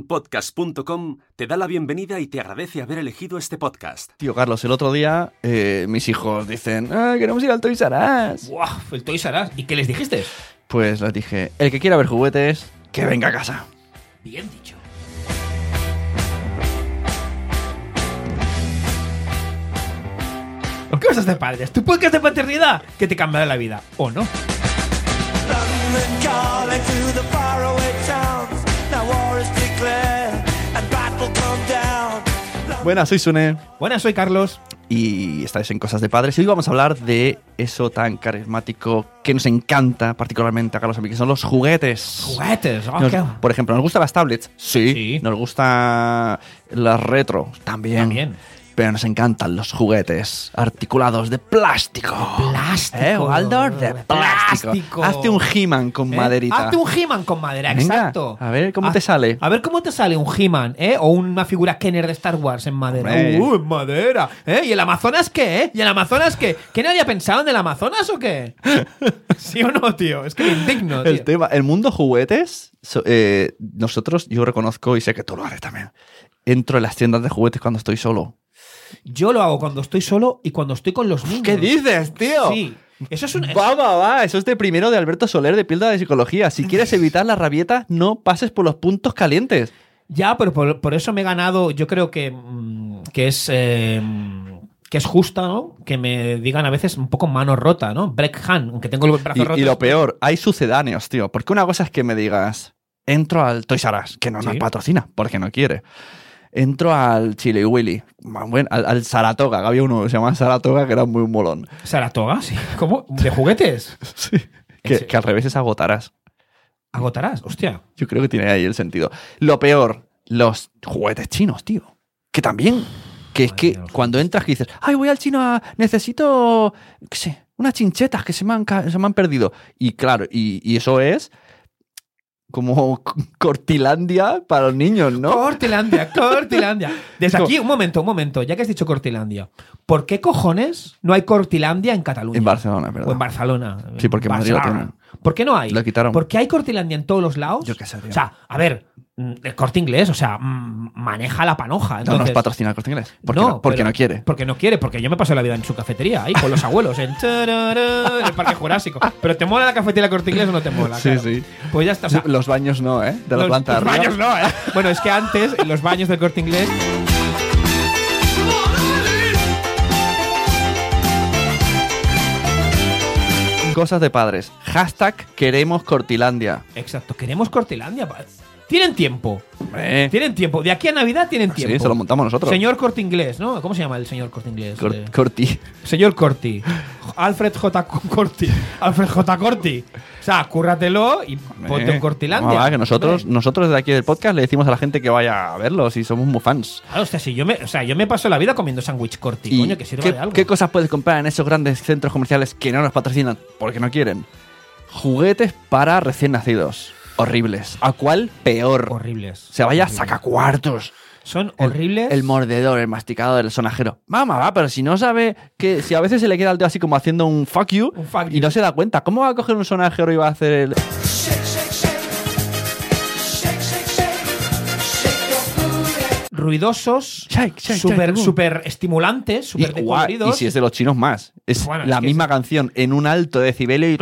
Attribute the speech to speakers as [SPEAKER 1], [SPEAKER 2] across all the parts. [SPEAKER 1] Naciónpodcast.com te da la bienvenida y te agradece haber elegido este podcast.
[SPEAKER 2] Tío, Carlos, el otro día eh, mis hijos dicen, ah, queremos ir al Toys R Us".
[SPEAKER 3] ¡Guau! El Toys R Us. ¿Y qué les dijiste?
[SPEAKER 2] Pues les dije, el que quiera ver juguetes, que venga a casa.
[SPEAKER 3] Bien dicho. Cosas de padres, tu podcast de paternidad que te cambiará la vida, ¿o no?
[SPEAKER 4] calling to the faraway towns. Now war is declared and battle come down.
[SPEAKER 2] Buenas, soy Sune.
[SPEAKER 3] Buenas, soy Carlos.
[SPEAKER 2] Y estáis en Cosas de Padres. Y hoy vamos a hablar de eso tan carismático que nos encanta particularmente a Carlos y a mí, que son los juguetes.
[SPEAKER 3] Juguetes, Oh,
[SPEAKER 2] Nos- por ejemplo, ¿nos gustan las tablets? Sí.
[SPEAKER 3] Ah, Sí.
[SPEAKER 2] ¿Nos gustan las retro? También.
[SPEAKER 3] También.
[SPEAKER 2] Pero nos encantan los juguetes articulados de plástico.
[SPEAKER 3] plástico.
[SPEAKER 2] ¿Eh, Waldor? De
[SPEAKER 3] De
[SPEAKER 2] plástico.
[SPEAKER 3] plástico.
[SPEAKER 2] Hazte un He-Man con
[SPEAKER 3] ¿Eh?
[SPEAKER 2] maderita.
[SPEAKER 3] Hazte un He-Man con madera,
[SPEAKER 2] Venga,
[SPEAKER 3] exacto. Ah,
[SPEAKER 2] a ver cómo
[SPEAKER 3] Haz-
[SPEAKER 2] te sale.
[SPEAKER 3] A ver cómo te sale un He-Man, ¿eh? O una figura Kenner de Star Wars en madera.
[SPEAKER 2] Hombre.
[SPEAKER 3] ¡Uh, en madera! ¿Eh? ¿Y el Amazonas qué, eh? ¿Y el Amazonas qué? ¿Que nadie ha pensado en el Amazonas o qué? ¿Sí o no, tío? Es que me indigno, tío.
[SPEAKER 2] El tema, el mundo juguetes, so- eh, nosotros, yo reconozco y sé que tú lo harás también. Entro en las tiendas de juguetes cuando estoy solo.
[SPEAKER 3] Yo lo hago cuando estoy solo y cuando estoy con los niños.
[SPEAKER 2] ¿Qué dices, tío?
[SPEAKER 3] Sí. Eso es un...
[SPEAKER 2] Va, va, va. Eso es de primero de Alberto Soler de Pilda de Psicología. Si quieres evitar la rabieta, no pases por los puntos calientes.
[SPEAKER 3] Ya, pero por, por eso me he ganado, yo creo que, mm, que es... eh, que es justa, ¿no? Que me digan a veces un poco mano rota, ¿no? Break hand, aunque tengo el brazo
[SPEAKER 2] Y,
[SPEAKER 3] roto.
[SPEAKER 2] y lo peor, hay sucedáneos, tío. Porque una cosa es que me digas, entro al Toys R Us, que no nos
[SPEAKER 3] Sí.
[SPEAKER 2] patrocina, porque no quiere. Entro al Chile Willy, bueno, al, al Saratoga, que había uno que se llamaba Saratoga, que era muy molón.
[SPEAKER 3] Saratoga, sí. ¿Cómo? ¿De juguetes?
[SPEAKER 2] Sí. Que,
[SPEAKER 3] serio?
[SPEAKER 2] que al revés es agotarás.
[SPEAKER 3] Agotarás, hostia.
[SPEAKER 2] Yo creo que tiene ahí el sentido. Lo peor, los juguetes chinos, tío. Que también. Que es
[SPEAKER 3] Madre
[SPEAKER 2] que
[SPEAKER 3] mía, los
[SPEAKER 2] cuando entras que dices, ay, voy al chino, a- necesito, qué sé, unas chinchetas que se me han, ca- se me han perdido. Y claro, y, y eso es como c- cortilandia para los niños, ¿no?
[SPEAKER 3] Cortilandia, Cortilandia. Desde
[SPEAKER 2] Es como-
[SPEAKER 3] aquí, un momento, un momento, ya que has dicho Cortilandia. ¿Por qué cojones no hay Cortilandia en Cataluña?
[SPEAKER 2] En Barcelona, ¿verdad?
[SPEAKER 3] O en Barcelona.
[SPEAKER 2] Sí, porque en Madrid lo
[SPEAKER 3] Barcelona.
[SPEAKER 2] tienen.
[SPEAKER 3] ¿Por qué no hay?
[SPEAKER 2] Lo quitaron.
[SPEAKER 3] ¿Por qué hay Cortilandia en todos los lados?
[SPEAKER 2] Yo qué sé, tío.
[SPEAKER 3] O sea, a ver, mm, el corte inglés, o sea, mm, maneja la panoja.
[SPEAKER 2] no nos
[SPEAKER 3] entonces-
[SPEAKER 2] patrocina el corte inglés. Porque no, porque
[SPEAKER 3] pero-
[SPEAKER 2] no quiere.
[SPEAKER 3] Porque no quiere, porque yo me paso la vida en su cafetería, ahí con los abuelos, en, tarará, en el Parque Jurásico. Pero ¿te mola la cafetería Corte Inglés o no te mola?
[SPEAKER 2] Sí,
[SPEAKER 3] Claro.
[SPEAKER 2] sí.
[SPEAKER 3] Pues ya está. o sea,
[SPEAKER 2] los baños no, ¿eh? De la
[SPEAKER 3] los-
[SPEAKER 2] planta
[SPEAKER 3] los
[SPEAKER 2] de arriba.
[SPEAKER 3] baños no, ¿eh? Bueno, es que antes, en los baños del corte inglés.
[SPEAKER 2] Cosas de padres. Hashtag queremos cortilandia.
[SPEAKER 3] Exacto, queremos Cortilandia. pa- Tienen tiempo.
[SPEAKER 2] Hombre.
[SPEAKER 3] Tienen tiempo. De aquí a Navidad tienen tiempo.
[SPEAKER 2] Sí, se lo montamos nosotros.
[SPEAKER 3] Señor Corte Inglés, ¿no? ¿Cómo se llama el señor Corte Inglés?
[SPEAKER 2] Cor-
[SPEAKER 3] Eh,
[SPEAKER 2] corti.
[SPEAKER 3] Señor Corti. Alfred J. Corti. Alfred J. Corti. O sea, cúrratelo y ponte un Cortilandia.
[SPEAKER 2] Ah, va, que nosotros,
[SPEAKER 3] Hombre.
[SPEAKER 2] nosotros desde aquí del podcast le decimos a la gente que vaya a verlo si somos muy fans.
[SPEAKER 3] Claro, o sea, si yo me, o sea, yo me paso la vida comiendo sándwich corti,
[SPEAKER 2] ¿Y
[SPEAKER 3] coño, que sirva
[SPEAKER 2] ¿qué,
[SPEAKER 3] de algo.
[SPEAKER 2] qué cosas puedes comprar en esos grandes centros comerciales que no nos patrocinan porque no quieren? Juguetes para recién nacidos. Horribles. ¿A cuál peor?
[SPEAKER 3] horribles.
[SPEAKER 2] Se vaya a
[SPEAKER 3] Horribles.
[SPEAKER 2] sacacuartos.
[SPEAKER 3] Son
[SPEAKER 2] El-
[SPEAKER 3] horribles.
[SPEAKER 2] El mordedor, el masticador, el sonajero. Mamá, va, pero si no sabe que si a veces se le queda el dedo así como haciendo un fuck you
[SPEAKER 3] Un fuck
[SPEAKER 2] y
[SPEAKER 3] you.
[SPEAKER 2] no se da cuenta, ¿cómo va a coger un sonajero y va a hacer el,
[SPEAKER 4] Shake, shake, shake. Shake, shake, shake. Shake your booty.
[SPEAKER 3] ruidosos,
[SPEAKER 2] Shake, shake, shake,
[SPEAKER 3] super,
[SPEAKER 2] boom.
[SPEAKER 3] super estimulantes, super
[SPEAKER 2] y, guau, y
[SPEAKER 3] decoloridos.
[SPEAKER 2] si es de los chinos más. Es
[SPEAKER 3] Bueno, es
[SPEAKER 2] la
[SPEAKER 3] que
[SPEAKER 2] misma canción en un alto decibelio y...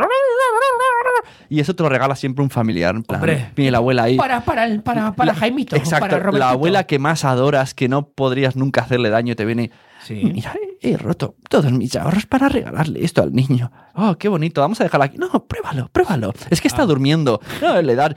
[SPEAKER 2] Y eso te lo regala siempre un familiar. En plan,
[SPEAKER 3] Hombre.
[SPEAKER 2] Viene la abuela ahí.
[SPEAKER 3] para, para, el- para, para
[SPEAKER 2] La-
[SPEAKER 3] Jaimito.
[SPEAKER 2] Exacto.
[SPEAKER 3] para Robertito.
[SPEAKER 2] la abuela que más adoras, que no podrías nunca hacerle daño, y te viene...
[SPEAKER 3] Sí.
[SPEAKER 2] Mira, he, he roto todos mis ahorros para regalarle esto al niño. Oh, qué bonito. Vamos a dejarla aquí. No, pruébalo, pruébalo. Es que está
[SPEAKER 3] Ah.
[SPEAKER 2] durmiendo. No, le dan...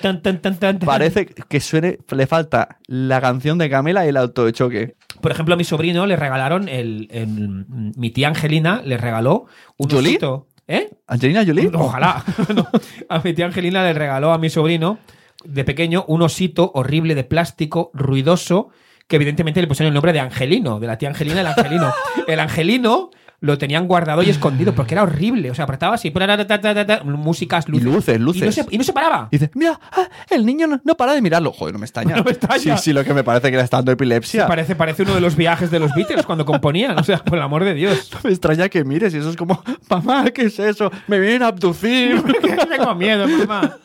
[SPEAKER 3] Tan, tan, tan, tan, tan.
[SPEAKER 2] Parece que suene... Le falta la canción de Camela y el auto de choque.
[SPEAKER 3] Por ejemplo, a mi sobrino le regalaron el, el- mi tía Angelina le regaló un
[SPEAKER 2] ¿Jolie?
[SPEAKER 3] osito. ¿Eh?
[SPEAKER 2] ¿Angelina Jolie?
[SPEAKER 3] Ojalá. No. A mi tía Angelina le regaló a mi sobrino, de pequeño, un osito horrible de plástico, ruidoso, que evidentemente le pusieron el nombre de Angelino, de la tía Angelina, el Angelino. El Angelino lo tenían guardado y escondido porque era horrible. O sea, apretaba así, ta, ta, ta, ta, ta, músicas, luces.
[SPEAKER 2] luces, luces.
[SPEAKER 3] Y no se, y no se paraba.
[SPEAKER 2] Y dice, mira, ah, el niño no, no para de mirarlo. Joder, no me extraña.
[SPEAKER 3] No me extraña.
[SPEAKER 2] Sí, sí, lo que me parece que le está dando epilepsia.
[SPEAKER 3] Parece, parece uno de los viajes de los Beatles cuando componían. O sea, por el amor de Dios.
[SPEAKER 2] No me extraña que mires y eso es como, mamá, ¿qué es eso? Me vienen a abducir.
[SPEAKER 3] Tengo miedo, mamá.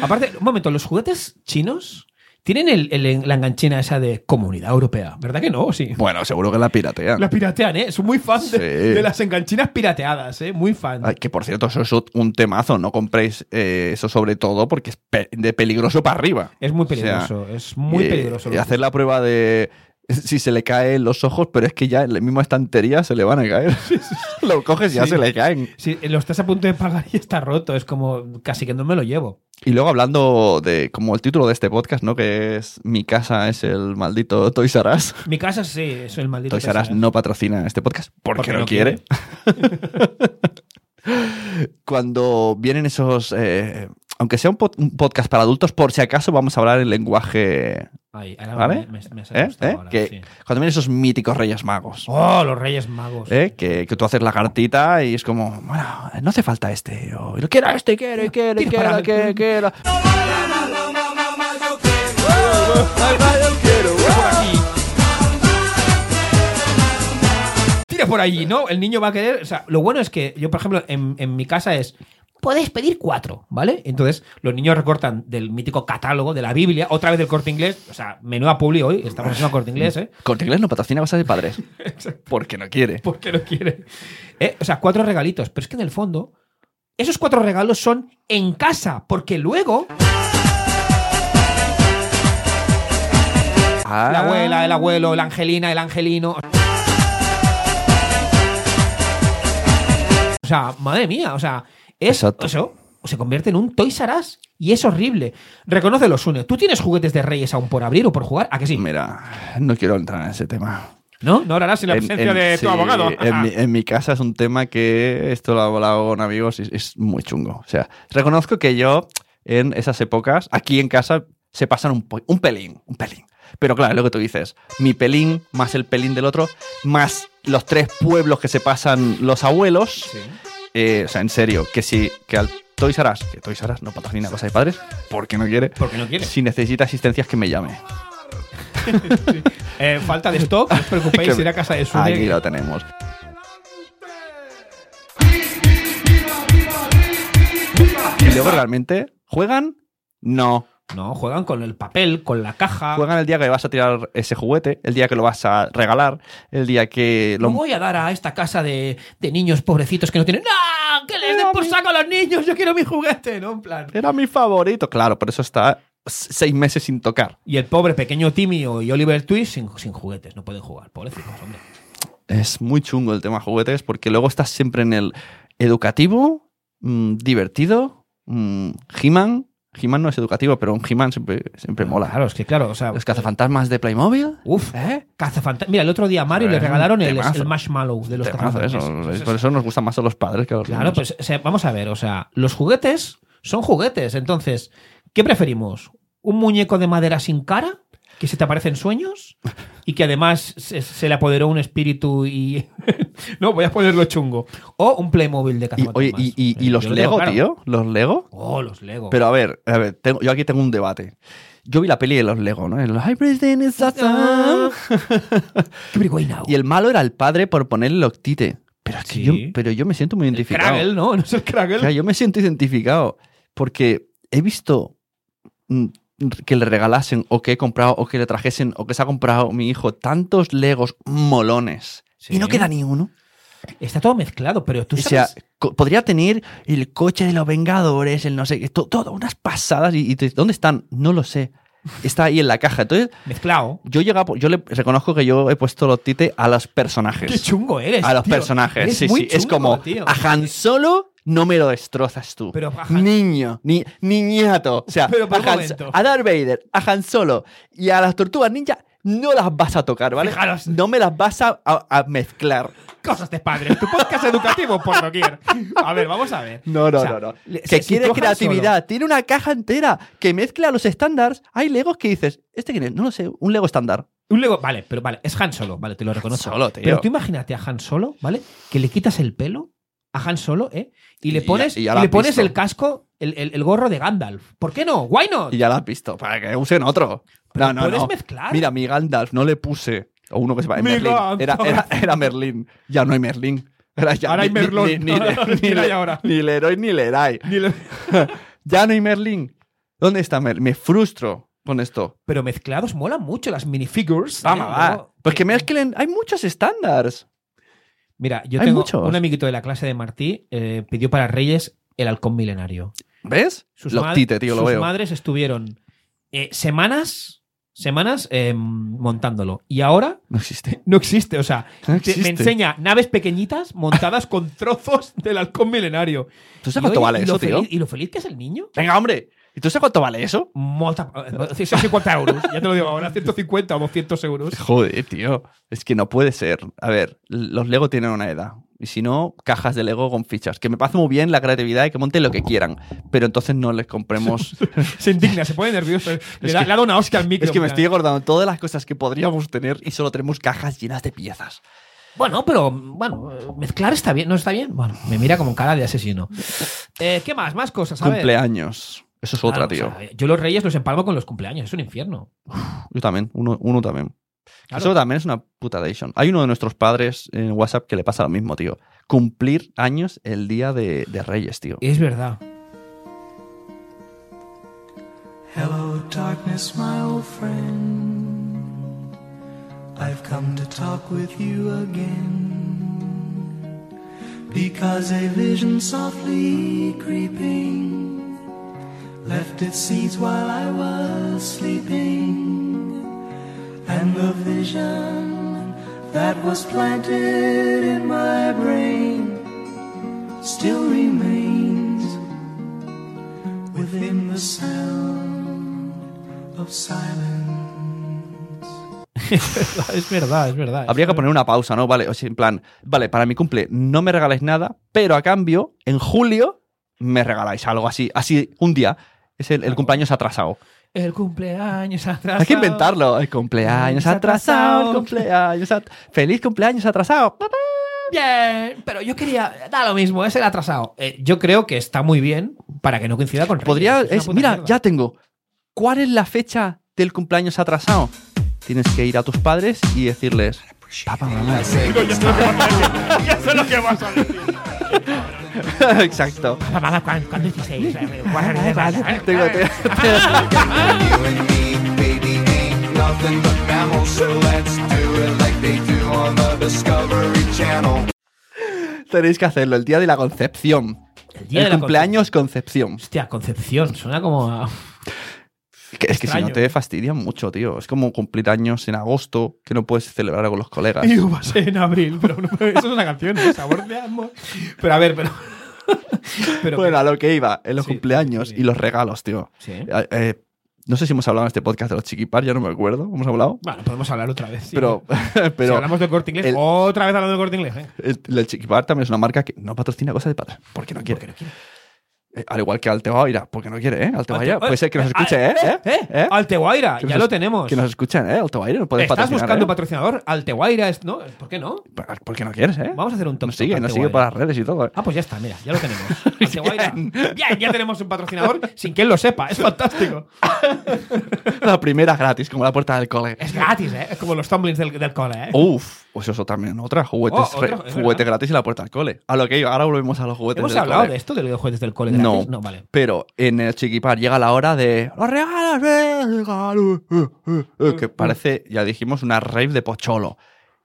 [SPEAKER 3] Aparte, un momento, los juguetes chinos tienen el- el- la enganchina esa de comunidad europea, ¿verdad que no? Sí.
[SPEAKER 2] Bueno, seguro que la piratean.
[SPEAKER 3] Las piratean, ¿eh? Soy muy fan de,
[SPEAKER 2] Sí.
[SPEAKER 3] de las enganchinas pirateadas, ¿eh? Muy fan.
[SPEAKER 2] Ay, que por cierto, eso es un temazo. No compréis eh, eso sobre todo porque es pe- de peligroso para arriba.
[SPEAKER 3] Es muy
[SPEAKER 2] O sea,
[SPEAKER 3] peligroso, es muy
[SPEAKER 2] eh,
[SPEAKER 3] peligroso.
[SPEAKER 2] Y hacer la prueba de si se le caen los ojos, pero es que ya en la misma estantería se le van a caer. lo coges y ya
[SPEAKER 3] Sí.
[SPEAKER 2] se le caen.
[SPEAKER 3] Si lo estás a punto de pagar y está roto, es como casi que no me lo llevo.
[SPEAKER 2] Y luego hablando de como el título de este podcast, ¿no? Que es Mi casa es el maldito Toys R Us.
[SPEAKER 3] Mi casa sí, es el maldito.
[SPEAKER 2] Toys R Us
[SPEAKER 3] Toys R Us.
[SPEAKER 2] no patrocina este podcast porque, no, quiere. Cuando vienen esos... eh, aunque sea un, pod- un podcast para adultos, por si acaso vamos a hablar en lenguaje...
[SPEAKER 3] Ay, ahora
[SPEAKER 2] ¿Vale?
[SPEAKER 3] me, me- me has
[SPEAKER 2] ¿eh?
[SPEAKER 3] asustado
[SPEAKER 2] ¿eh?
[SPEAKER 3] ahora,
[SPEAKER 2] que,
[SPEAKER 3] sí.
[SPEAKER 2] Cuando vienen esos míticos Reyes Magos.
[SPEAKER 3] Oh, los Reyes Magos.
[SPEAKER 2] ¿eh? Que, que tú haces la cartita y es como, bueno, no hace falta este. O, quiero este, quiero, quiero,
[SPEAKER 3] Tira para
[SPEAKER 2] quiero, quiero,
[SPEAKER 3] adelante.
[SPEAKER 2] quiero.
[SPEAKER 3] Tira por aquí. Tira por allí, ¿no? El niño va a querer. O sea, lo bueno es que yo, por ejemplo, en, en mi casa es. Puedes pedir cuatro, ¿vale? Entonces, los niños recortan del mítico catálogo de la Biblia, otra vez del corte inglés. O sea, menuda publi hoy, estamos haciendo corte inglés, ¿eh?
[SPEAKER 2] Corte Inglés no patrocina cosas de padres. porque no quiere.
[SPEAKER 3] Porque no quiere. Eh, O sea, cuatro regalitos. Pero es que en el fondo, esos cuatro regalos son en casa, porque luego
[SPEAKER 2] Ah.
[SPEAKER 3] la abuela, el abuelo, la angelina, el angelino. O sea, madre mía, o sea, es,
[SPEAKER 2] Exacto.
[SPEAKER 3] eso se convierte en un Toys R Us y es horrible. Reconoce los une. ¿Tú tienes juguetes de reyes aún por abrir o por jugar? ¿A que sí?
[SPEAKER 2] Mira, no quiero entrar en ese tema.
[SPEAKER 3] ¿No? No hablarás en la
[SPEAKER 2] En-
[SPEAKER 3] presencia
[SPEAKER 2] en-
[SPEAKER 3] de
[SPEAKER 2] sí,
[SPEAKER 3] tu abogado. Ah,
[SPEAKER 2] En mi, en mi casa es un tema que esto lo he hablado con amigos y es, es muy chungo. O sea, reconozco que yo en esas épocas, aquí en casa, se pasan un, po- un pelín, un pelín. Pero claro, es lo que tú dices, mi pelín más el pelín del otro, más los tres pueblos que se pasan los abuelos.
[SPEAKER 3] Sí.
[SPEAKER 2] Eh, o sea, en serio, que si que al Toys R Us, que Toys R Us no patrocina cosas de padres, porque no quiere.
[SPEAKER 3] Porque no quieres.
[SPEAKER 2] Si necesita asistencias, que me llame.
[SPEAKER 3] Eh, falta de stock, no os preocupéis,
[SPEAKER 2] Que-
[SPEAKER 3] ir a casa de Sune.
[SPEAKER 2] Aquí lo tenemos. Y luego realmente, ¿juegan? No.
[SPEAKER 3] No, juegan con el papel, con la caja.
[SPEAKER 2] Juegan el día que vas a tirar ese juguete, el día que lo vas a regalar, el día que
[SPEAKER 3] Lo
[SPEAKER 2] lo.
[SPEAKER 3] voy a dar a esta casa de, de niños pobrecitos que no tienen. ¡No! ¡Que les den por saco a los niños! ¡Yo quiero mi juguete! ¿No? En plan.
[SPEAKER 2] Era mi favorito. Claro, por eso está s- seis meses sin tocar.
[SPEAKER 3] Y el pobre pequeño Timmy o- y Oliver Twist sin, sin juguetes. No pueden jugar, pobrecitos, hombre.
[SPEAKER 2] Es muy chungo el tema juguetes porque luego estás siempre en el educativo, mm, divertido, mm, He-Man. He-Man no es educativo, pero un He-Man siempre, siempre mola.
[SPEAKER 3] Claro, es que claro, o sea.
[SPEAKER 2] Los cazafantasmas de Playmobil.
[SPEAKER 3] Uf, ¿eh? Cazafantasmas. Mira, el otro día a Mario le
[SPEAKER 2] Eh,
[SPEAKER 3] regalaron el,
[SPEAKER 2] temazo.
[SPEAKER 3] el marshmallow de los
[SPEAKER 2] Temazo, eso.
[SPEAKER 3] cazafantasmas.
[SPEAKER 2] Es- por eso nos gustan más a los padres que a los
[SPEAKER 3] Claro,
[SPEAKER 2] niños.
[SPEAKER 3] pues o sea, vamos a ver, o sea, los juguetes son juguetes. Entonces, ¿qué preferimos? ¿Un muñeco de madera sin cara? ¿Que se te aparecen sueños? Y que además se, se le apoderó un espíritu y. no, voy a ponerlo chungo. O un Playmobil de
[SPEAKER 2] Y, oye,
[SPEAKER 3] cazafantasmas.
[SPEAKER 2] y, y- y
[SPEAKER 3] Eh,
[SPEAKER 2] los
[SPEAKER 3] yo lo
[SPEAKER 2] Lego,
[SPEAKER 3] tengo claro.
[SPEAKER 2] tío. Los Lego.
[SPEAKER 3] Oh, los Lego.
[SPEAKER 2] Pero a ver, a ver, tengo- yo aquí tengo un debate. Yo vi la peli de los Lego, ¿no? El Everything is
[SPEAKER 3] Ah.
[SPEAKER 2] awesome.
[SPEAKER 3] Every way now.
[SPEAKER 2] Y el malo era el padre por ponerle el octite. Pero es que
[SPEAKER 3] Sí.
[SPEAKER 2] yo, pero yo me siento muy
[SPEAKER 3] El
[SPEAKER 2] identificado.
[SPEAKER 3] Kragel, ¿no? No es el
[SPEAKER 2] O sea,
[SPEAKER 3] Kragel.
[SPEAKER 2] yo me siento identificado porque he visto mm, que le regalasen o que he comprado o que le trajesen o que se ha comprado mi hijo tantos Legos molones
[SPEAKER 3] Sí.
[SPEAKER 2] y no queda ni uno.
[SPEAKER 3] Está todo mezclado, pero tú
[SPEAKER 2] O sea,
[SPEAKER 3] sabes.
[SPEAKER 2] co- podría tener el coche de los Vengadores, el no sé qué, to- todo, unas pasadas. Y, y te- ¿Dónde están? No lo sé. Está ahí en la caja. Entonces,
[SPEAKER 3] mezclado.
[SPEAKER 2] yo llegaba, yo le reconozco que yo he puesto los tite a los
[SPEAKER 3] Qué
[SPEAKER 2] personajes.
[SPEAKER 3] chungo eres.
[SPEAKER 2] A los
[SPEAKER 3] tío. Eres
[SPEAKER 2] personajes, sí,
[SPEAKER 3] muy
[SPEAKER 2] sí. es
[SPEAKER 3] chungo,
[SPEAKER 2] como
[SPEAKER 3] tío.
[SPEAKER 2] a Han Solo no me lo destrozas tú.
[SPEAKER 3] Pero a Han-
[SPEAKER 2] Niño, ni, niñato. O sea,
[SPEAKER 3] Pero por
[SPEAKER 2] a,
[SPEAKER 3] un
[SPEAKER 2] Han-
[SPEAKER 3] momento.
[SPEAKER 2] a Darth Vader, a Han Solo y a las tortugas ninja no las vas a tocar, ¿vale?
[SPEAKER 3] Fijaros.
[SPEAKER 2] No me las vas a- a- a mezclar.
[SPEAKER 3] Cosas de padres, tu podcast educativo por doquier. A ver, vamos a ver.
[SPEAKER 2] No, no,
[SPEAKER 3] O sea,
[SPEAKER 2] no, no.
[SPEAKER 3] le-
[SPEAKER 2] Que
[SPEAKER 3] si
[SPEAKER 2] quiere
[SPEAKER 3] cojan
[SPEAKER 2] creatividad. Tiene una caja entera que mezcla los estándares. Hay Legos que dices, ¿este quién es? No lo sé, un Lego estándar.
[SPEAKER 3] solo- Un Lego, vale, pero vale, es Han Solo, vale, te lo reconozco.
[SPEAKER 2] Solo, tío.
[SPEAKER 3] Pero tú imagínate a Han Solo, ¿vale? Que le quitas el pelo a Han Solo, ¿eh? Y le
[SPEAKER 2] Y ya-
[SPEAKER 3] pones,
[SPEAKER 2] y ya
[SPEAKER 3] y
[SPEAKER 2] lo
[SPEAKER 3] le
[SPEAKER 2] has
[SPEAKER 3] pones
[SPEAKER 2] visto.
[SPEAKER 3] el casco, el, el- el gorro de Gandalf. ¿Por qué no? ¿Why not?
[SPEAKER 2] Y ya lo has visto, para que usen otro.
[SPEAKER 3] Pero
[SPEAKER 2] no, no,
[SPEAKER 3] puedes
[SPEAKER 2] no.
[SPEAKER 3] mezclar.
[SPEAKER 2] Mira, mi Gandalf no le puse. O uno que se va en
[SPEAKER 3] Mi
[SPEAKER 2] Merlín. Era,
[SPEAKER 3] Gandalf.
[SPEAKER 2] era, era Merlín. Ya no hay Merlín. Era ya-
[SPEAKER 3] Ahora hay
[SPEAKER 2] ni- ni-
[SPEAKER 3] Merlón.
[SPEAKER 2] Ni, ni,
[SPEAKER 3] Ahora
[SPEAKER 2] ni-
[SPEAKER 3] hay
[SPEAKER 2] ni-
[SPEAKER 3] ahora.
[SPEAKER 2] ni Leroy ni Leray.
[SPEAKER 3] Ni le-
[SPEAKER 2] ya no hay Merlín. ¿Dónde está Mer? Me frustro con esto.
[SPEAKER 3] Pero mezclados molan mucho las minifigures.
[SPEAKER 2] Vamos,
[SPEAKER 3] ¿eh?
[SPEAKER 2] va.
[SPEAKER 3] Luego,
[SPEAKER 2] Pues que
[SPEAKER 3] eh,
[SPEAKER 2] mezclen. Hay muchos estándares.
[SPEAKER 3] Mira, yo
[SPEAKER 2] hay
[SPEAKER 3] tengo
[SPEAKER 2] muchos.
[SPEAKER 3] un amiguito de la clase de Martí, eh, pidió para Reyes el halcón milenario.
[SPEAKER 2] ¿Ves?
[SPEAKER 3] Sus,
[SPEAKER 2] Los
[SPEAKER 3] mad-
[SPEAKER 2] tite, tío, lo
[SPEAKER 3] sus
[SPEAKER 2] veo.
[SPEAKER 3] madres estuvieron eh, semanas, semanas eh, montándolo. Y ahora
[SPEAKER 2] No existe.
[SPEAKER 3] no existe. O sea,
[SPEAKER 2] No
[SPEAKER 3] te-
[SPEAKER 2] existe.
[SPEAKER 3] me enseña naves pequeñitas montadas con trozos del halcón milenario.
[SPEAKER 2] ¿Tú
[SPEAKER 3] Y
[SPEAKER 2] sabes cuánto
[SPEAKER 3] oye,
[SPEAKER 2] vale
[SPEAKER 3] y lo
[SPEAKER 2] eso, tío?
[SPEAKER 3] feliz- ¿Y lo feliz que es el niño?
[SPEAKER 2] Venga, hombre. ¿Y tú sabes cuánto vale eso?
[SPEAKER 3] Mota, 150 euros, ya te lo digo, ahora 150 o 200 euros.
[SPEAKER 2] Joder, tío. Es que no puede ser. A ver, los Lego tienen una edad. Y si no, cajas de Lego con fichas. Que me pasa muy bien la creatividad y que monten lo que quieran. Pero entonces no les compremos.
[SPEAKER 3] Se indigna, se pone nervioso. Le,
[SPEAKER 2] Es
[SPEAKER 3] da,
[SPEAKER 2] que-
[SPEAKER 3] le ha dado una hostia al micro.
[SPEAKER 2] es que me
[SPEAKER 3] mira.
[SPEAKER 2] estoy acordando de todas las cosas que podríamos tener y solo tenemos cajas llenas de piezas.
[SPEAKER 3] Bueno, pero bueno, eh, mezclar está bien, ¿no está bien? Bueno, me mira como cara de asesino. Eh, ¿Qué más? Más cosas, ¿sabes?
[SPEAKER 2] Cumpleaños. Eso es otra, tío.
[SPEAKER 3] yo los reyes los empalmo con los cumpleaños, es un infierno.
[SPEAKER 2] Yo también. Uno, uno también.
[SPEAKER 3] Claro.
[SPEAKER 2] Eso también es una puta adicción. Hay uno de nuestros padres en WhatsApp que le pasa lo mismo, tío. Cumplir años el día de, de Reyes, tío.
[SPEAKER 3] Es verdad.
[SPEAKER 5] Hello, darkness, my old friend. I've come to talk with you again. Because a vision softly creeping left its seeds while I was sleeping. And the vision that was planted in my brain still remains within the sound of silence.
[SPEAKER 3] es verdad, es verdad.
[SPEAKER 2] Habría que poner una pausa, ¿no? Vale, o sea, en plan, vale, para mi cumple no me regaláis nada, pero a cambio, en julio me regaláis algo así, así un día. Es el, el cumpleaños atrasado.
[SPEAKER 3] El cumpleaños atrasado.
[SPEAKER 2] Hay que inventarlo. El cumpleaños atrasado, el cumpleaños at- Feliz cumpleaños atrasado.
[SPEAKER 3] Bien, pero yo quería. Da lo mismo, es el atrasado. Eh, yo creo que está muy bien para que no coincida con. Reyes,
[SPEAKER 2] Podría,
[SPEAKER 3] es una
[SPEAKER 2] es,
[SPEAKER 3] puta
[SPEAKER 2] mira,
[SPEAKER 3] mierda.
[SPEAKER 2] ya tengo. ¿Cuál es la fecha del cumpleaños atrasado? Tienes que ir a tus padres y decirles, papá, mamá. Exacto.
[SPEAKER 3] Mamá, ¿cuándo, cuándo hicisteis?
[SPEAKER 2] Tengo- tengo-
[SPEAKER 5] You and me, baby, ain't nothing but mammals, so let's do it like they do on the Discovery Channel.
[SPEAKER 2] Tenéis que hacerlo el día de la Concepción.
[SPEAKER 3] El día
[SPEAKER 2] El
[SPEAKER 3] de la
[SPEAKER 2] cumpleaños Concepción.
[SPEAKER 3] Hostia, Concepción, suena como. a-
[SPEAKER 2] Es que- Es que si
[SPEAKER 3] Extraño.
[SPEAKER 2] no te fastidian mucho, tío. Es como cumplir años en agosto que no puedes celebrar con los colegas.
[SPEAKER 3] Y uvas en abril, pero no, eso es una canción, ¿no? Sabor de amor. Pero a ver, pero. pero
[SPEAKER 2] Bueno, a lo que iba, en los
[SPEAKER 3] Sí,
[SPEAKER 2] cumpleaños
[SPEAKER 3] sí.
[SPEAKER 2] y los regalos, tío.
[SPEAKER 3] Sí.
[SPEAKER 2] Eh, eh, no sé si hemos hablado en este podcast de los chiquipar, ya no me acuerdo. ¿Hemos hablado?
[SPEAKER 3] Bueno, podemos hablar otra vez. sí.
[SPEAKER 2] Pero,
[SPEAKER 3] Si
[SPEAKER 2] pero
[SPEAKER 3] hablamos del corte inglés,
[SPEAKER 2] el-
[SPEAKER 3] otra vez hablando del corte inglés. ¿eh? venga.
[SPEAKER 2] el, el chiquipar también es una marca que no patrocina cosas de padres. Porque no quiere.
[SPEAKER 3] Porque no quiere.
[SPEAKER 2] Eh, al igual que Altevaira, porque no quiere, ¿eh? Altevaira,
[SPEAKER 3] Alte-
[SPEAKER 2] puede ser que nos
[SPEAKER 3] eh,
[SPEAKER 2] escuche, ¿eh? ¿Eh?
[SPEAKER 3] eh,
[SPEAKER 2] ¿eh?
[SPEAKER 3] Alteguaira,
[SPEAKER 2] Que
[SPEAKER 3] ya
[SPEAKER 2] nos-
[SPEAKER 3] lo tenemos.
[SPEAKER 2] Que nos escuchen, ¿eh? Altevaira, no puedes
[SPEAKER 3] Estás
[SPEAKER 2] patrocinar.
[SPEAKER 3] buscando
[SPEAKER 2] ¿eh?
[SPEAKER 3] patrocinador, Alteguaira, es- ¿no? ¿Por qué no?
[SPEAKER 2] Pa- Porque no quieres, ¿eh?
[SPEAKER 3] Vamos a hacer un top
[SPEAKER 2] Nos sigue,
[SPEAKER 3] top
[SPEAKER 2] nos
[SPEAKER 3] Alteguaira.
[SPEAKER 2] sigue por las redes y todo. ¿eh?
[SPEAKER 3] Ah, pues ya está, mira, ya lo tenemos. Alteguaira. Bien, ya tenemos un patrocinador sin que él lo sepa, es fantástico.
[SPEAKER 2] La primera gratis, como la puerta del cole.
[SPEAKER 3] Es gratis, ¿eh? Es como los tumblings del, del cole, ¿eh?
[SPEAKER 2] Uf, pues eso también, otra. Juguetes,
[SPEAKER 3] Oh,
[SPEAKER 2] re-
[SPEAKER 3] otro, es
[SPEAKER 2] juguetes
[SPEAKER 3] verdad.
[SPEAKER 2] gratis en la puerta del cole. A lo que iba, ahora volvemos a los juguetes
[SPEAKER 3] ¿Hemos
[SPEAKER 2] del
[SPEAKER 3] hablado
[SPEAKER 2] cole.
[SPEAKER 3] de esto, de los juguetes del cole gratis?
[SPEAKER 2] No,
[SPEAKER 3] No, vale.
[SPEAKER 2] Pero en el Chiquipar llega la hora de los regalos, eh, regalos, eh, eh, eh", que parece, ya dijimos, una rave de pocholo.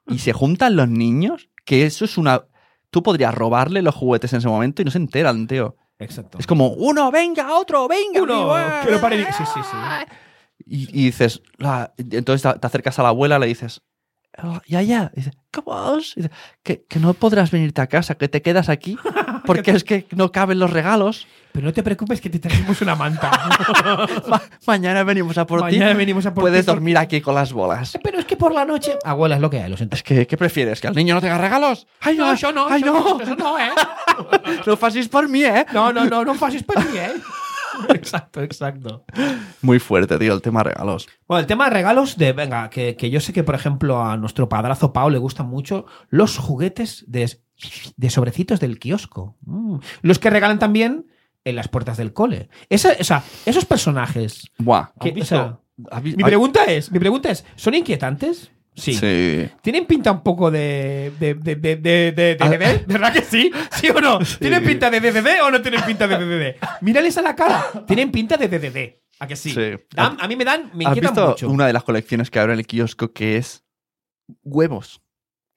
[SPEAKER 2] Y se juntan los niños, que eso es una. Tú podrías robarle los juguetes en ese momento y no se enteran, tío.
[SPEAKER 3] Exacto.
[SPEAKER 2] Es como, uno, venga, otro, venga,
[SPEAKER 3] Uno,
[SPEAKER 2] amigo, eh,
[SPEAKER 3] que lo pare-
[SPEAKER 2] eh,
[SPEAKER 3] sí, sí, sí.
[SPEAKER 2] eh". Y, y dices, la- entonces te- te acercas a la abuela, le dices, "Ah, ya, ya, dice, ¿cómo vas?". Dice, que, que no podrás venirte a casa, que te quedas aquí, porque es que no caben los regalos.
[SPEAKER 3] Pero no te preocupes que te trajimos una manta.
[SPEAKER 2] Ma- mañana venimos a por ti.
[SPEAKER 3] Mañana venimos a por
[SPEAKER 2] Puedes
[SPEAKER 3] ti por-
[SPEAKER 2] dormir aquí con las bolas.
[SPEAKER 3] Pero es que por la noche... Abuela, es lo que hay, lo siento.
[SPEAKER 2] Es que, ¿qué prefieres? ¿Que al niño no tenga regalos? ¡Ay, no! ¡Ay,
[SPEAKER 3] yo
[SPEAKER 2] no!
[SPEAKER 3] Eso no, ¿eh?
[SPEAKER 2] ¡Lo paséis por mí, eh!
[SPEAKER 3] No, no, no, no pases para mí, ¿eh? Exacto, exacto.
[SPEAKER 2] Muy fuerte, tío, el tema regalos.
[SPEAKER 3] Bueno, el tema de regalos de, venga, que, que yo sé que, por ejemplo, a nuestro padrazo Pau le gustan mucho los juguetes de, de sobrecitos del kiosco. Mm. Los que regalan también en las puertas del cole. Esa- o sea, esos personajes.
[SPEAKER 2] Buah.
[SPEAKER 3] que- o sea,
[SPEAKER 2] ¿Has vi-
[SPEAKER 3] mi
[SPEAKER 2] has-
[SPEAKER 3] pregunta es, mi pregunta es, ¿son inquietantes? Sí.
[SPEAKER 2] Sí.
[SPEAKER 3] ¿Tienen pinta un poco de de de de de, de- de-
[SPEAKER 2] Ah.
[SPEAKER 3] DDD? ¿Verdad que sí? ¿Sí o no? ¿Tienen pinta de DDD o no tienen pinta de DDD? Mírales a la cara. Tienen pinta de DDD. ¿A que sí?
[SPEAKER 2] Sí.
[SPEAKER 3] Dan- a mí me dan, me
[SPEAKER 2] ¿Has
[SPEAKER 3] inquietan
[SPEAKER 2] visto
[SPEAKER 3] mucho.
[SPEAKER 2] una de las colecciones que habrá en el kiosco que es huevos?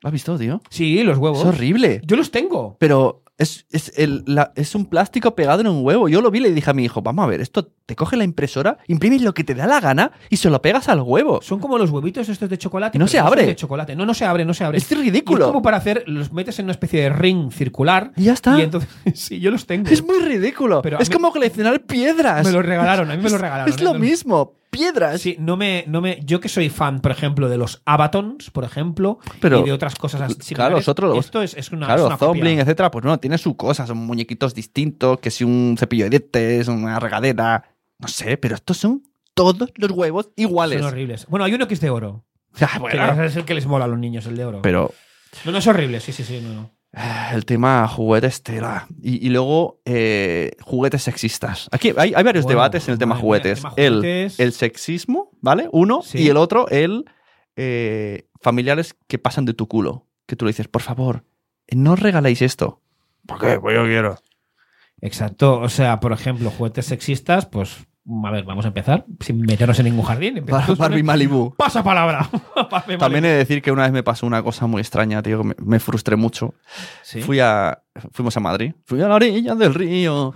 [SPEAKER 2] ¿Lo has visto, tío?
[SPEAKER 3] Sí, los huevos.
[SPEAKER 2] Es horrible.
[SPEAKER 3] Yo los tengo.
[SPEAKER 2] Pero es, es, el- la- es un plástico pegado en un huevo. Yo lo vi y le dije a mi hijo, vamos a ver, esto te coge la impresora, imprimes lo que te da la gana y se lo pegas al huevo.
[SPEAKER 3] Son como los huevitos estos de
[SPEAKER 2] Y
[SPEAKER 3] chocolate.
[SPEAKER 2] no
[SPEAKER 3] pero
[SPEAKER 2] se
[SPEAKER 3] son
[SPEAKER 2] abre.
[SPEAKER 3] De chocolate. No, no se abre, no se abre.
[SPEAKER 2] Es ridículo.
[SPEAKER 3] Y es como para hacer, los metes en una especie de ring circular.
[SPEAKER 2] Y ya está.
[SPEAKER 3] Y entonces, sí, yo los tengo.
[SPEAKER 2] Es muy ridículo.
[SPEAKER 3] Pero a
[SPEAKER 2] es
[SPEAKER 3] mí-
[SPEAKER 2] como coleccionar piedras.
[SPEAKER 3] Me lo regalaron, a mí me lo
[SPEAKER 2] Es-
[SPEAKER 3] regalaron,
[SPEAKER 2] Es
[SPEAKER 3] ¿eh?
[SPEAKER 2] lo
[SPEAKER 3] No-
[SPEAKER 2] mismo, piedras.
[SPEAKER 3] Sí, no me, no me, yo que soy fan, por ejemplo, de los Avatons, por ejemplo,
[SPEAKER 2] Pero-
[SPEAKER 3] y de otras cosas así.
[SPEAKER 2] Claro,
[SPEAKER 3] similares,
[SPEAKER 2] nosotros los-
[SPEAKER 3] Esto es, es una, es
[SPEAKER 2] claro,
[SPEAKER 3] una copia.
[SPEAKER 2] Zombling, etcétera, pues no, tiene su cosa, son muñequitos distintos, que si un cepillo de dientes, una regadera, no sé, pero estos son todos los huevos iguales.
[SPEAKER 3] Son horribles. Bueno, hay uno que es de oro.
[SPEAKER 2] Ah,
[SPEAKER 3] que
[SPEAKER 2] bueno,
[SPEAKER 3] es el que les mola a los niños, el de oro.
[SPEAKER 2] pero
[SPEAKER 3] No, no es horrible, sí, sí, sí. No, no.
[SPEAKER 2] eh, el tema juguetes tela. Y, y luego eh, juguetes sexistas. Aquí hay, hay varios
[SPEAKER 3] Bueno,
[SPEAKER 2] debates en el tema
[SPEAKER 3] madre mía,
[SPEAKER 2] juguetes.
[SPEAKER 3] tema
[SPEAKER 2] el,
[SPEAKER 3] juguetes.
[SPEAKER 2] el sexismo, ¿vale? Uno,
[SPEAKER 3] Sí.
[SPEAKER 2] y el otro, el eh, familiares que pasan de tu culo. Que tú le dices, por favor, no regaléis esto. ¿Por qué? Pues yo quiero.
[SPEAKER 3] Exacto. O sea, por ejemplo, juguetes sexistas, pues, a ver, vamos a empezar sin meternos en ningún jardín. Empezamos
[SPEAKER 2] Bar-
[SPEAKER 3] con
[SPEAKER 2] Barbie
[SPEAKER 3] el-
[SPEAKER 2] Malibu.
[SPEAKER 3] Pasa palabra.
[SPEAKER 2] También
[SPEAKER 3] Barbie Malibu.
[SPEAKER 2] he de decir que una vez me pasó una cosa muy extraña, tío, que me, me frustré mucho.
[SPEAKER 3] Sí.
[SPEAKER 2] Fui a, fuimos a Madrid. Fui a la orilla del río.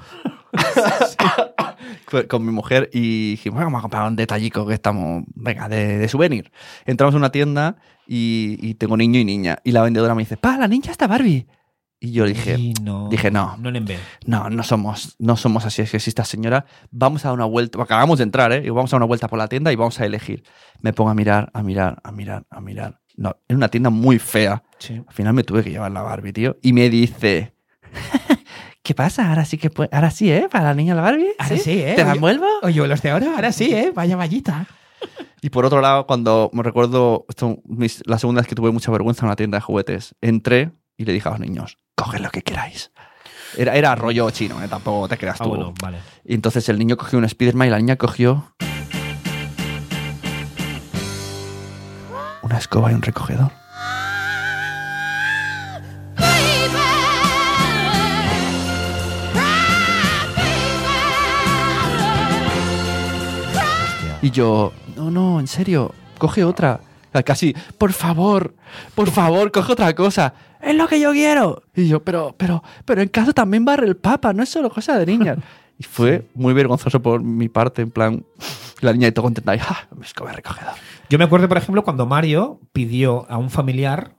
[SPEAKER 2] Fue con mi mujer y dijimos, vamos a comprar un detallico que estamos, venga, de, de souvenir. Entramos a una tienda y, y tengo niño y niña. Y la vendedora me dice, pa, la niña está Barbie. Y yo dije,
[SPEAKER 3] Y no,
[SPEAKER 2] dije, no.
[SPEAKER 3] No en B.
[SPEAKER 2] no, no somos, no somos así sexistas, señora. Vamos a dar una vuelta, acabamos de entrar, ¿eh? Y vamos a dar una vuelta por la tienda y vamos a elegir. Me pongo a mirar, a mirar, a mirar, a mirar. No, era una tienda muy fea.
[SPEAKER 3] Sí.
[SPEAKER 2] Al final me tuve que llevar la Barbie, tío. Y me dice, ¿qué pasa? Ahora sí que puede- ahora sí, ¿eh? Para la niña la Barbie.
[SPEAKER 3] Ahora sí, ¿eh?
[SPEAKER 2] ¿Te la
[SPEAKER 3] Oye-
[SPEAKER 2] envuelvo?
[SPEAKER 3] Oye, los de ahora, ahora sí, ¿eh? Vaya vallita.
[SPEAKER 2] Y por otro lado, cuando me recuerdo, esto, mis- la segunda vez que tuve mucha vergüenza en una tienda de juguetes, entré y le dije a los niños, coged lo que queráis. Era, era rollo chino, ¿eh? tampoco te creas
[SPEAKER 3] Ah,
[SPEAKER 2] tú.
[SPEAKER 3] bueno, vale.
[SPEAKER 2] Y entonces el niño cogió un Spiderman y la niña cogió. Una escoba y un recogedor. Y yo, no, no, en serio, coge otra. Casi, por favor, por favor, coge otra cosa. Es lo que yo quiero. Y yo, pero, pero, pero en casa también barre el papa, no es solo cosa de niñas. Y fue muy vergonzoso por mi parte, en plan, la niña y todo contenta. Y, ja, me escoba el recogedor.
[SPEAKER 3] Yo me acuerdo, por ejemplo, cuando Mario pidió a un familiar,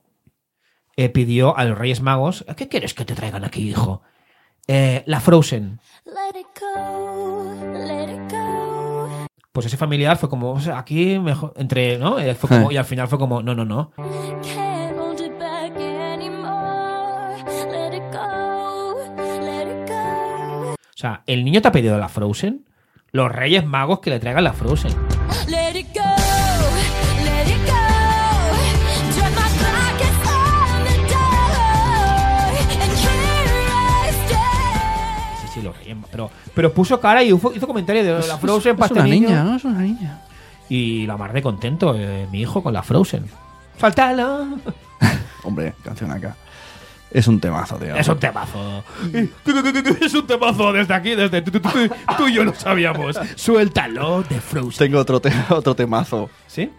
[SPEAKER 3] eh, pidió a los Reyes Magos, ¿qué quieres que te traigan aquí, hijo? Eh, la Frozen.
[SPEAKER 6] Let it go, let it go,
[SPEAKER 3] Pues ese familiar fue como, o sea, aquí mejor, entre, ¿no? Eh, fue como-
[SPEAKER 2] Sí.
[SPEAKER 3] y al final fue como, no, no, no.
[SPEAKER 6] can't hold it back anymore. Let it go, let it go,
[SPEAKER 3] O sea, el niño te ha pedido la Frozen, los Reyes Magos que le traigan la Frozen.
[SPEAKER 6] let it go, let it go. Turn my back, it's on the door, and here I stand.
[SPEAKER 3] Sí, sí, los Reyes Magos. Pero, pero puso cara y hizo, hizo comentario de la Frozen para
[SPEAKER 2] Pues es
[SPEAKER 3] este
[SPEAKER 2] una
[SPEAKER 3] niño.
[SPEAKER 2] niña, ¿no? Es una niña.
[SPEAKER 3] Y la mar de contento, eh, mi hijo con la Frozen. ¡Faltalo!
[SPEAKER 2] Hombre, canción acá. Es un temazo, tío.
[SPEAKER 3] Es un temazo. Es un temazo desde aquí, desde tú, tú, tú, tú, tú y yo lo sabíamos. Suéltalo de Frozen.
[SPEAKER 2] Tengo otro, te- otro temazo.
[SPEAKER 3] ¿Sí?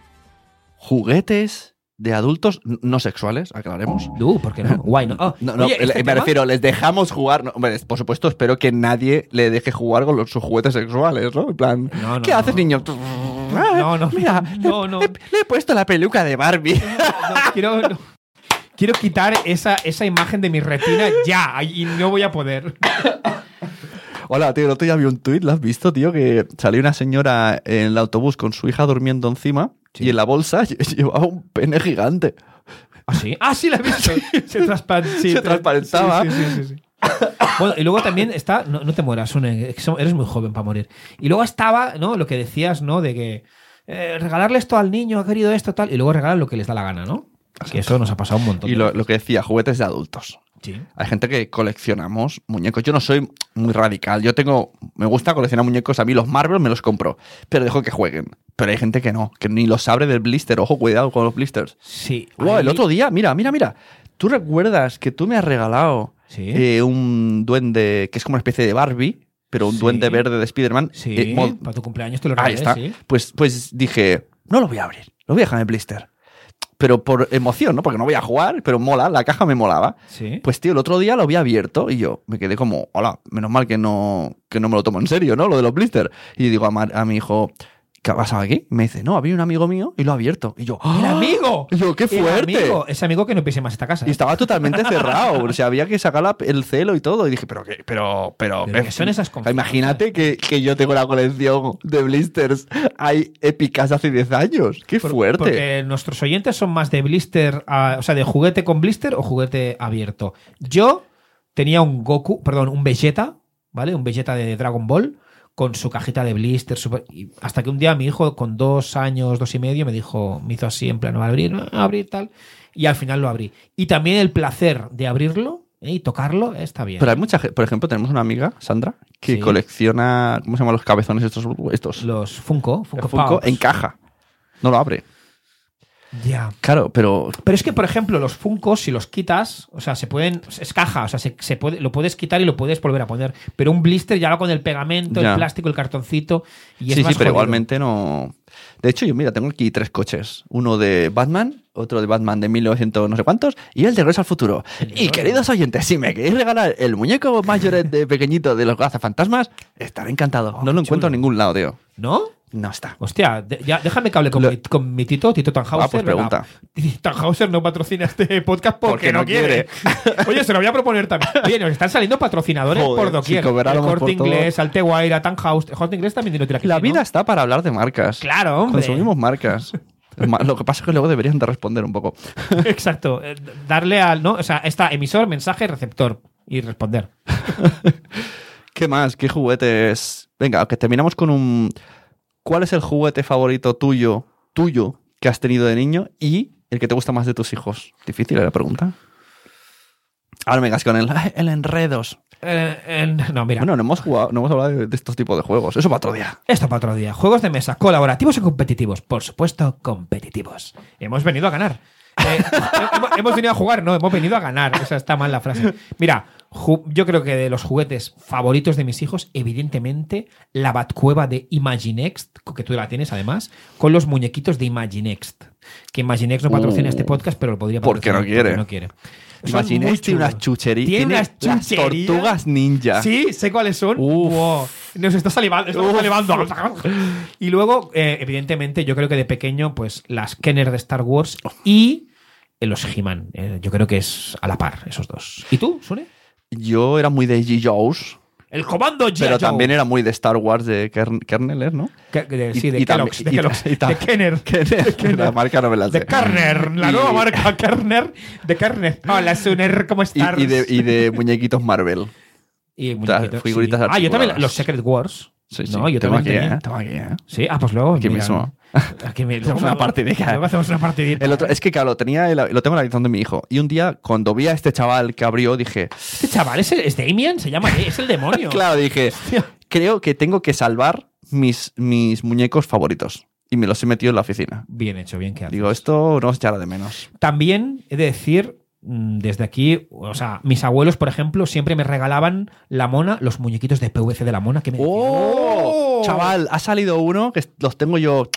[SPEAKER 2] Juguetes de adultos n- no sexuales, aclaremos.
[SPEAKER 3] Uh, ¿por qué no? Guay, ¿no? Ah,
[SPEAKER 2] No, no,
[SPEAKER 3] oye,
[SPEAKER 2] el-
[SPEAKER 3] este
[SPEAKER 2] me
[SPEAKER 3] tema-
[SPEAKER 2] refiero, les dejamos jugar. no, hombre, por supuesto, espero que nadie le deje jugar con los- sus juguetes sexuales, ¿no? En plan,
[SPEAKER 3] No, no,
[SPEAKER 2] ¿qué
[SPEAKER 3] no.
[SPEAKER 2] haces, niño?
[SPEAKER 3] No, no,
[SPEAKER 2] Mira,
[SPEAKER 3] no,
[SPEAKER 2] le,
[SPEAKER 3] no.
[SPEAKER 2] Le, le he puesto la peluca de Barbie.
[SPEAKER 3] No, quiero, no. Quiero quitar esa, esa imagen de mi retina ya, y no voy a poder.
[SPEAKER 2] Hola, tío, el otro día vi un tuit, ¿lo has visto, tío? Que salió una señora en el autobús con su hija durmiendo encima y en la bolsa lle- llevaba un pene gigante.
[SPEAKER 3] ¿Ah, sí? Ah, sí, la he visto. Se, transpa- sí,
[SPEAKER 2] Se transparentaba.
[SPEAKER 3] Sí, sí, sí, sí, sí. Bueno, y luego también está, no, no te mueras, Sune, que so- eres muy joven para morir. Y luego estaba, ¿no? Lo que decías, ¿no? De que eh, regalarle esto al niño, ha querido esto, tal, y luego regalan lo que les da la gana, ¿no? Que eso nos ha pasado un montón.
[SPEAKER 2] Y
[SPEAKER 3] de
[SPEAKER 2] lo,
[SPEAKER 3] veces.
[SPEAKER 2] lo que decía, juguetes de adultos.
[SPEAKER 3] Sí.
[SPEAKER 2] Hay gente que coleccionamos muñecos. Yo no soy muy radical. Yo tengo. Me gusta coleccionar muñecos. A mí los Marvel me los compro. Pero dejo que jueguen. Pero hay gente que no. Que ni los abre del blister. Ojo, cuidado con los blisters.
[SPEAKER 3] Sí.
[SPEAKER 2] Guau, el
[SPEAKER 3] Ahí-
[SPEAKER 2] otro día. Mira, mira, mira. ¿Tú recuerdas que tú me has regalado
[SPEAKER 3] Sí.
[SPEAKER 2] eh, un duende que es como una especie de Barbie? pero un
[SPEAKER 3] Sí.
[SPEAKER 2] duende verde de Spider-Man.
[SPEAKER 3] Sí,
[SPEAKER 2] eh, mod-
[SPEAKER 3] para tu cumpleaños te lo
[SPEAKER 2] Ahí
[SPEAKER 3] regalé,
[SPEAKER 2] está.
[SPEAKER 3] sí.
[SPEAKER 2] Pues, pues dije, no lo voy a abrir, lo voy a dejar en el blister. Pero por emoción, ¿no? Porque no voy a jugar, pero mola, la caja me molaba.
[SPEAKER 3] Sí.
[SPEAKER 2] Pues tío, el otro día lo había abierto y yo me quedé como, hola, menos mal que no, que no me lo tomo en serio, ¿no? Lo de los blisters. Y digo a, Mar- a mi hijo, ¿qué ha pasado aquí? Y me dice, no, había un amigo mío y lo ha abierto. Y yo,
[SPEAKER 3] ¡El
[SPEAKER 2] ¡ah!
[SPEAKER 3] amigo!
[SPEAKER 2] Y yo, qué
[SPEAKER 3] El
[SPEAKER 2] fuerte.
[SPEAKER 3] amigo. Ese amigo que no pise más esta casa.
[SPEAKER 2] Y estaba totalmente cerrado. O sea, había que sacar la- el celo y todo. Y dije, pero qué, pero, pero.
[SPEAKER 3] Pero ¿qué son esas confianzas?
[SPEAKER 2] Imagínate que, que yo tengo la colección de blisters. Hay épicas hace 10 años. Qué
[SPEAKER 3] Por-
[SPEAKER 2] fuerte.
[SPEAKER 3] Porque nuestros oyentes son más de blister, a- o sea, de juguete con blister o juguete abierto. Yo tenía un Goku, perdón, un Vegeta, ¿vale? Un Vegeta de Dragon Ball con su cajita de blister. su- y hasta que un día mi hijo, con dos años, dos y medio, me dijo, me hizo así en plan, "No, abrir, no, abrir, tal. Y al final lo abrí. Y también el placer de abrirlo ¿eh? y tocarlo eh, está bien.
[SPEAKER 2] Pero hay mucha gente. Por ejemplo, tenemos una amiga, Sandra, que
[SPEAKER 3] Sí.
[SPEAKER 2] colecciona. ¿Cómo se llaman los cabezones estos? estos?
[SPEAKER 3] Los Funko, Funko,
[SPEAKER 2] Funko
[SPEAKER 3] Pops.
[SPEAKER 2] en caja. No lo abre.
[SPEAKER 3] Ya.
[SPEAKER 2] Claro, pero.
[SPEAKER 3] Pero es que, por ejemplo, los Funkos, si los quitas, o sea, se pueden. Es caja, o sea, se, se puede, lo puedes quitar y lo puedes volver a poner. Pero un blister ya va con el pegamento,
[SPEAKER 2] Ya.
[SPEAKER 3] el plástico, el cartoncito. Y es
[SPEAKER 2] sí, sí,
[SPEAKER 3] más
[SPEAKER 2] pero
[SPEAKER 3] jodido.
[SPEAKER 2] igualmente no. De hecho, yo mira, tengo aquí tres coches. Uno de Batman, otro de Batman de 1900 no sé cuántos, y el de Regreso al Futuro. Y queridos oyentes, si me queréis regalar el muñeco mayor de pequeñito de los cazafantasmas, estaré encantado.
[SPEAKER 3] Oh,
[SPEAKER 2] no lo encuentro en ningún lado, tío.
[SPEAKER 3] ¿No?
[SPEAKER 2] No está.
[SPEAKER 3] Hostia, de- ya, déjame que hable con,
[SPEAKER 2] Lo-
[SPEAKER 3] mi, con mi Tito, Tito Tannhauser.
[SPEAKER 2] Ah, pues
[SPEAKER 3] ¿verdad? Tannhauser no patrocina este podcast porque,
[SPEAKER 2] Porque
[SPEAKER 3] no
[SPEAKER 2] no
[SPEAKER 3] quiere. Oye, se lo voy a proponer también. Oye, nos están saliendo patrocinadores
[SPEAKER 2] Joder,
[SPEAKER 3] por doquier.
[SPEAKER 2] chico, verá,
[SPEAKER 3] el
[SPEAKER 2] vamos
[SPEAKER 3] Corte
[SPEAKER 2] por todo.
[SPEAKER 3] Inglés, Alteguaira, Tannhauser. El Corte Inglés también tiene tira que
[SPEAKER 2] La
[SPEAKER 3] sí, ¿no?
[SPEAKER 2] vida está para hablar de marcas.
[SPEAKER 3] Claro, hombre.
[SPEAKER 2] Consumimos marcas. Es más, Lo que pasa es que luego deberían de responder un poco.
[SPEAKER 3] Exacto. eh, Darle al. ¿no? O sea, está emisor, mensaje, receptor. Y responder.
[SPEAKER 2] ¿Qué más? ¿Qué juguetes? Venga, que terminamos con un. ¿Cuál es el juguete favorito tuyo, tuyo, que has tenido de niño y el que te gusta más de tus hijos? Difícil era la pregunta. Ahora vengas con el, el enredos.
[SPEAKER 3] Eh, eh, no, mira.
[SPEAKER 2] Bueno, no hemos jugado, no hemos hablado de, de estos tipos de juegos. Eso para otro día.
[SPEAKER 3] Esto para otro día. Juegos de mesa, colaborativos y competitivos. Por supuesto, competitivos. Hemos venido a ganar. Eh, hemos- hemos venido a jugar, no, hemos venido a ganar. Esa está mal la frase. Mira, ju- yo creo que de los juguetes favoritos de mis hijos, evidentemente, la Batcueva de Imaginext, que tú la tienes además, con los muñequitos de Imaginext. Que Imaginext no patrocina
[SPEAKER 2] Uh,
[SPEAKER 3] este podcast, pero lo podría
[SPEAKER 2] porque
[SPEAKER 3] patrocinar.
[SPEAKER 2] no quiere.
[SPEAKER 3] no quiere. Son muy
[SPEAKER 2] Imaginéis, tiene
[SPEAKER 3] chulos.
[SPEAKER 2] unas chucherías.
[SPEAKER 3] Tiene unas
[SPEAKER 2] las
[SPEAKER 3] chucherías.
[SPEAKER 2] tortugas ninja.
[SPEAKER 3] Sí, sé cuáles son.
[SPEAKER 2] Uf.
[SPEAKER 3] Wow. Nos está salivando, estamos
[SPEAKER 2] Uf.
[SPEAKER 3] salivando. Y luego, eh, evidentemente, yo creo que de pequeño, pues las Kenner de Star Wars y eh, los He-Man. Eh, yo creo que es a la par, esos dos. ¿Y tú, Sune?
[SPEAKER 2] Yo era muy de G-Joes,
[SPEAKER 3] El comando G.I.
[SPEAKER 2] pero
[SPEAKER 3] Joe.
[SPEAKER 2] también era muy de Star Wars de Kern- Kerneler, ¿no?
[SPEAKER 3] Que- de- sí, de
[SPEAKER 2] tam-
[SPEAKER 3] Kellogg's. De,
[SPEAKER 2] y-
[SPEAKER 3] Kellogg's,
[SPEAKER 2] y tam-
[SPEAKER 3] de Kenner.
[SPEAKER 2] Kenner, La marca no me la sé.
[SPEAKER 3] De Kerner, la
[SPEAKER 2] Y-
[SPEAKER 3] nueva marca Kerner. De Kerner. Hola, Suner, ¿cómo
[SPEAKER 2] Y,
[SPEAKER 3] estás?
[SPEAKER 2] y de, y de muñequitos Marvel.
[SPEAKER 3] Y muñequitos,
[SPEAKER 2] figuritas
[SPEAKER 3] sí. Ah, yo también,
[SPEAKER 2] articuladas.
[SPEAKER 3] los Secret Wars.
[SPEAKER 2] Sí, sí.
[SPEAKER 3] No, yo
[SPEAKER 2] Tengo
[SPEAKER 3] también
[SPEAKER 2] aquí,
[SPEAKER 3] tenía.
[SPEAKER 2] ¿eh? Tengo aquí, ¿eh?
[SPEAKER 3] Sí, ah, pues luego.
[SPEAKER 2] Aquí
[SPEAKER 3] mira,
[SPEAKER 2] mismo.
[SPEAKER 3] Aquí me-
[SPEAKER 2] Hacemos
[SPEAKER 3] luego-
[SPEAKER 2] una partidica.
[SPEAKER 3] Luego hacemos una partidita.
[SPEAKER 2] El otro, es que, claro, lo tenía, el- lo tengo en la habitación de mi hijo. Y un día, cuando vi a este chaval que abrió, dije,
[SPEAKER 3] Este chaval es, es Damien, se llama, es el demonio.
[SPEAKER 2] claro, dije, creo que tengo que salvar mis, mis muñecos favoritos. Y me los he metido en la oficina.
[SPEAKER 3] Bien hecho, bien que hace.
[SPEAKER 2] Digo, esto no os echará de menos.
[SPEAKER 3] También he de decir, mm, desde aquí, o sea, mis abuelos, por ejemplo, siempre me regalaban la mona, los muñequitos de PVC de la mona que me decían,
[SPEAKER 2] ¡Oh! Chaval, ha salido uno que los tengo yo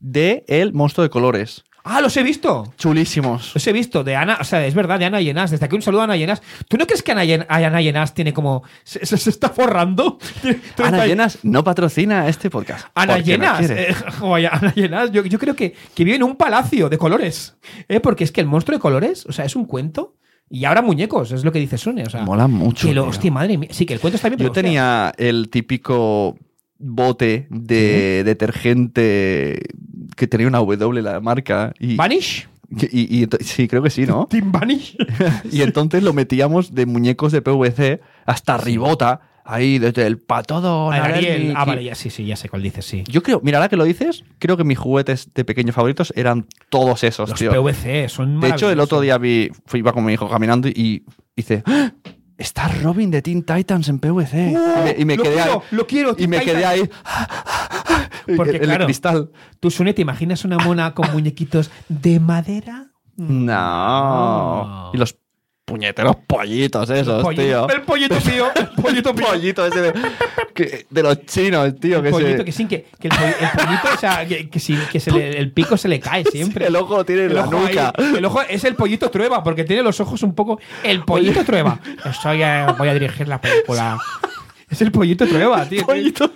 [SPEAKER 2] de El Monstruo de Colores.
[SPEAKER 3] ¡Ah, los he visto!
[SPEAKER 2] Chulísimos.
[SPEAKER 3] Los he visto de Ana, o sea, es verdad, de Ana Llenas. Desde aquí un saludo a Ana Llenas. ¿Tú no crees que Ana, Llen- a Ana Llenas tiene como. se, se- se está forrando? Tiene
[SPEAKER 2] Ana
[SPEAKER 3] 30 y-
[SPEAKER 2] Llenas no patrocina este podcast.
[SPEAKER 3] Ana
[SPEAKER 2] porque no
[SPEAKER 3] Llenas.
[SPEAKER 2] quiere.
[SPEAKER 3] eh, joder, Ana Llenas, yo, yo creo que, que vive en un palacio de colores. ¿eh? Porque es que el monstruo de colores, o sea, es un cuento y ahora muñecos, es lo que dice Sune. O sea,
[SPEAKER 2] Mola mucho,
[SPEAKER 3] Que lo,
[SPEAKER 2] tío.
[SPEAKER 3] hostia, madre mía. Sí, que el cuento está bien.
[SPEAKER 2] Yo
[SPEAKER 3] pero,
[SPEAKER 2] tenía el típico bote de detergente que tenía una W la marca. Y,
[SPEAKER 3] hostia. ¿Vanish?
[SPEAKER 2] que- y- y ento- sí, creo que sí, ¿no?
[SPEAKER 3] ¿Team Vanish?
[SPEAKER 2] y entonces lo metíamos de muñecos de PVC hasta ribota, ahí desde el patodo.
[SPEAKER 3] Ah,
[SPEAKER 2] Narelli,
[SPEAKER 3] Ariel. Ah,
[SPEAKER 2] y-
[SPEAKER 3] vale, ya, sí, sí, ya sé cuál dice, sí.
[SPEAKER 2] Yo creo, mira, ahora que lo dices, creo que mis juguetes de pequeños favoritos eran todos esos,
[SPEAKER 3] Los
[SPEAKER 2] tío.
[SPEAKER 3] PVC son
[SPEAKER 2] De hecho, el otro
[SPEAKER 3] maravillosos.
[SPEAKER 2] día vi, fui, iba con mi hijo caminando y hice. "¡Ah! Está Robin de Teen Titans en PVC. y me, y me
[SPEAKER 3] ¡Uh! lo
[SPEAKER 2] quedé
[SPEAKER 3] quiero,
[SPEAKER 2] ahí.
[SPEAKER 3] lo quiero,
[SPEAKER 2] Y
[SPEAKER 3] Teen
[SPEAKER 2] me quedé
[SPEAKER 3] Titans.
[SPEAKER 2] ahí.
[SPEAKER 3] Porque,
[SPEAKER 2] en el
[SPEAKER 3] claro.
[SPEAKER 2] cristal.
[SPEAKER 3] ¿Tú, Sune, te imaginas Mm. una mona con muñequitos de madera?
[SPEAKER 2] No.
[SPEAKER 3] No.
[SPEAKER 2] Y los puñeteros pollitos esos,
[SPEAKER 3] Pollito-
[SPEAKER 2] tío.
[SPEAKER 3] El pollito pío. El pollito pío.
[SPEAKER 2] pollito ese de, que- de los chinos, tío.
[SPEAKER 3] El
[SPEAKER 2] que se-
[SPEAKER 3] pollito que sin que, que el, poll- el pollito, o sea, que, que sin- que se le- el pico se le cae siempre.
[SPEAKER 2] El ojo lo tiene en
[SPEAKER 3] El
[SPEAKER 2] la
[SPEAKER 3] ojo ahí,
[SPEAKER 2] nuca.
[SPEAKER 3] el ojo es el pollito trueba, porque tiene los ojos un poco. El pollito trueba. Estoy, eh, voy a dirigir la película. Es el pollito trueba, tío.
[SPEAKER 2] Pollito-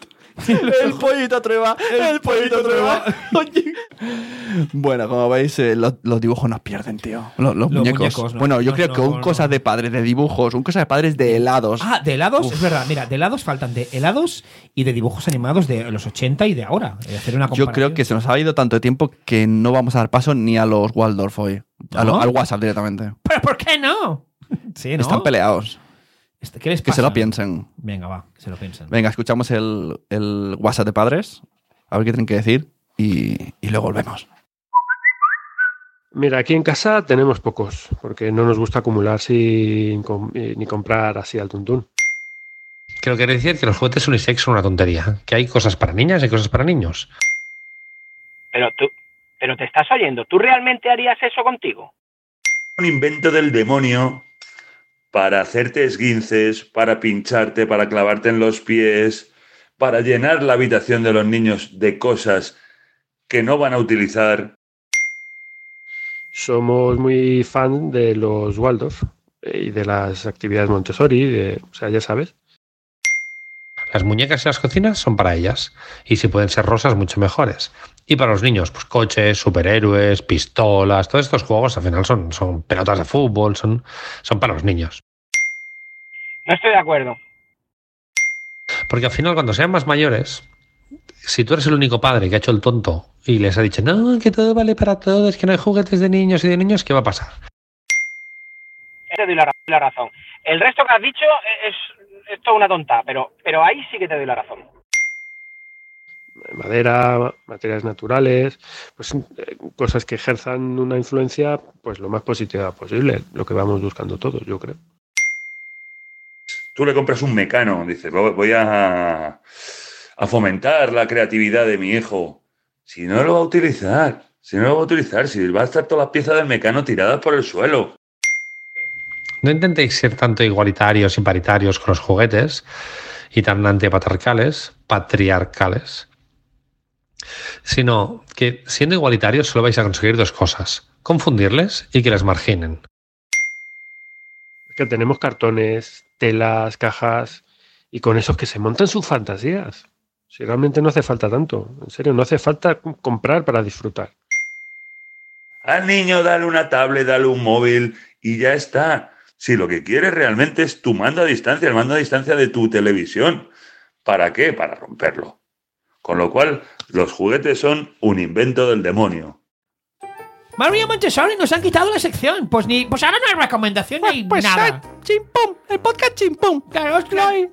[SPEAKER 2] el pollito trueba, el pollito trueba. Oye. Bueno, como veis, eh, los, los dibujos nos pierden, tío. Los, los
[SPEAKER 3] Los
[SPEAKER 2] muñecos.
[SPEAKER 3] muñecos, no.
[SPEAKER 2] Bueno, yo
[SPEAKER 3] No,
[SPEAKER 2] creo
[SPEAKER 3] no,
[SPEAKER 2] que un
[SPEAKER 3] no.
[SPEAKER 2] cosa de padres de dibujos, un cosa de padres de helados.
[SPEAKER 3] Ah, de helados, es verdad. Mira, de helados faltan de helados y de dibujos animados de los 80 y de ahora. Eh, hacer una
[SPEAKER 2] yo
[SPEAKER 3] comparación.
[SPEAKER 2] creo que se nos ha ido tanto tiempo que no vamos a dar paso ni a los Waldorf hoy. A lo-
[SPEAKER 3] ¿No?
[SPEAKER 2] al WhatsApp directamente.
[SPEAKER 3] ¿Pero por qué no? Sí, ¿no?
[SPEAKER 2] Están peleados.
[SPEAKER 3] Este, ¿Qué les
[SPEAKER 2] Que se
[SPEAKER 3] pasa?
[SPEAKER 2] lo piensen.
[SPEAKER 3] Venga, va, que se lo piensen.
[SPEAKER 2] Venga, escuchamos el, el WhatsApp de padres, a ver qué tienen que decir y, y luego volvemos.
[SPEAKER 7] Mira, aquí en casa tenemos pocos, porque no nos gusta acumular sin com- eh, ni comprar así al tuntún.
[SPEAKER 8] Que lo que quiere decir que los juguetes unisex son una tontería. Que hay cosas para niñas y hay cosas para niños.
[SPEAKER 9] Pero tú, pero te estás oyendo, ¿tú realmente harías eso contigo?
[SPEAKER 10] un invento del demonio para hacerte esguinces, para pincharte, para clavarte en los pies, para llenar la habitación de los niños de cosas que no van a utilizar.
[SPEAKER 7] Somos muy fan de los Waldorf eh, y de las actividades Montessori, de- o sea, ya sabes.
[SPEAKER 8] Las muñecas y las cocinas son para ellas. Y si pueden ser rosas, mucho mejores. Y para los niños, pues coches, superhéroes, pistolas, todos estos juegos al final son, son pelotas de fútbol, son, son para los niños.
[SPEAKER 9] No estoy de acuerdo.
[SPEAKER 8] Porque al final, cuando sean más mayores, si tú eres el único padre que ha hecho el tonto y les ha dicho, no, que todo vale para todos, que no hay juguetes de niños y de niños, ¿qué va a pasar?
[SPEAKER 9] Te doy la, ra- la razón. El resto que has dicho eh, es, es toda una tonta, pero, pero ahí sí que te doy la razón.
[SPEAKER 7] Madera, materiales naturales, pues eh, cosas que ejerzan una influencia pues lo más positiva posible, lo que vamos buscando todos, yo creo.
[SPEAKER 10] Tú le compras un mecano, dices, "Vo- voy a, a fomentar la creatividad de mi hijo. Si no lo va a utilizar, si no lo va a utilizar, si va a estar todas las piezas del mecano tiradas por el suelo.
[SPEAKER 8] No intentéis ser tanto igualitarios y paritarios con los juguetes y tan antipatriarcales, patriarcales, sino que siendo igualitarios solo vais a conseguir dos cosas, confundirles y que les marginen.
[SPEAKER 7] Es que tenemos cartones, telas, cajas y con esos que se montan sus fantasías. Si realmente no hace falta tanto, en serio, no hace falta comprar para disfrutar.
[SPEAKER 10] Al niño dale una tablet, dale un móvil y ya está. Si lo que quieres realmente es tu mando a distancia, el mando a distancia de tu televisión. ¿Para qué? Para romperlo. Con lo cual, los juguetes son un invento del demonio.
[SPEAKER 3] María Montessori nos han quitado la sección. Pues ni, pues ahora no hay recomendación ni nada.
[SPEAKER 2] Pues chimpum, el podcast chimpum.
[SPEAKER 3] Claro, no hay-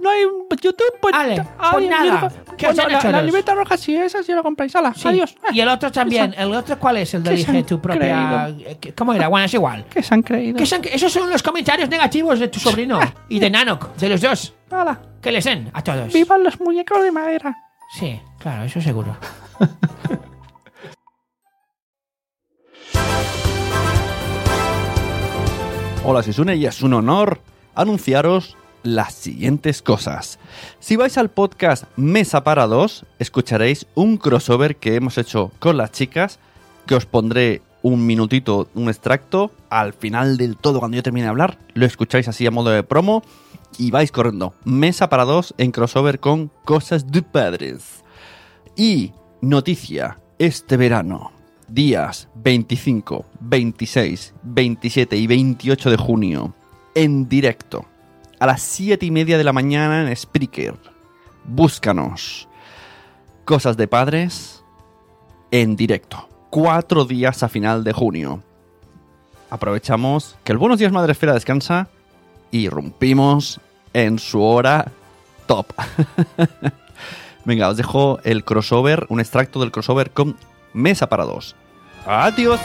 [SPEAKER 2] YouTube, pues,
[SPEAKER 3] Ale, pues nada. Que os den a choros.
[SPEAKER 2] roja sí, esa sí la compráis. Ala,
[SPEAKER 3] Sí. Y el otro también. ¿El otro cuál es? El de
[SPEAKER 2] ¿Qué se
[SPEAKER 3] elige
[SPEAKER 2] han
[SPEAKER 3] tu propia. eh, ¿Cómo era? Bueno, es igual.
[SPEAKER 2] ¿Qué se han creído?
[SPEAKER 3] ¿Qué son- esos son los comentarios negativos de tu sobrino y de Nanok, de los dos.
[SPEAKER 2] Ala,
[SPEAKER 3] Que les den a todos.
[SPEAKER 2] los muñecos de madera!
[SPEAKER 3] Sí, claro, eso seguro.
[SPEAKER 2] Hola Sisune y es un honor anunciaros las siguientes cosas. Si vais al podcast Mesa para dos, escucharéis un crossover que hemos hecho con las chicas, que os pondré un minutito, un extracto, al final del todo cuando yo termine de hablar, lo escucháis así a modo de promo y vais corriendo. Mesa para dos en crossover con Cosas de Padres. Y noticia, este verano, días 25, 26, 27 y 28 de junio, en directo, a las 7 y media de la mañana en Spreaker. Búscanos. Cosas de padres en directo. Cuatro días a final de junio. Aprovechamos que el Buenos Días Madre Esfera descansa y rompimos en su hora top. Venga, os dejo el crossover, un extracto del crossover con Mesa para dos. ¡Adiós!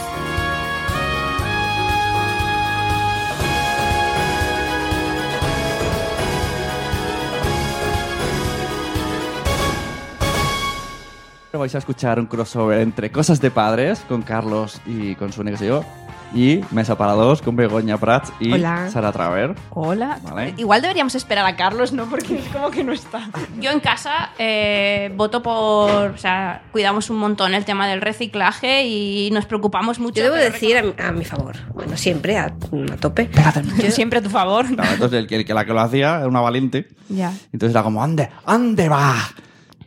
[SPEAKER 2] vais a escuchar un crossover entre Cosas de Padres con Carlos y con Sune, que sé yo, y Mesa para Dos con Begoña Prats y
[SPEAKER 11] Hola.
[SPEAKER 2] Sara Traver.
[SPEAKER 11] Hola.
[SPEAKER 2] Vale.
[SPEAKER 11] Igual deberíamos esperar a Carlos, ¿no? Porque es como que no está.
[SPEAKER 6] Yo en casa eh, voto por. O sea, cuidamos un montón el tema del reciclaje y nos preocupamos mucho.
[SPEAKER 5] Yo debo
[SPEAKER 6] pero
[SPEAKER 5] decir a, a mi favor, bueno, siempre a, a tope.
[SPEAKER 6] Yo siempre a tu favor.
[SPEAKER 2] Claro, entonces el, que- el que la que lo hacía era una valiente.
[SPEAKER 6] Ya.
[SPEAKER 2] Entonces era como, ¡ande, ande va!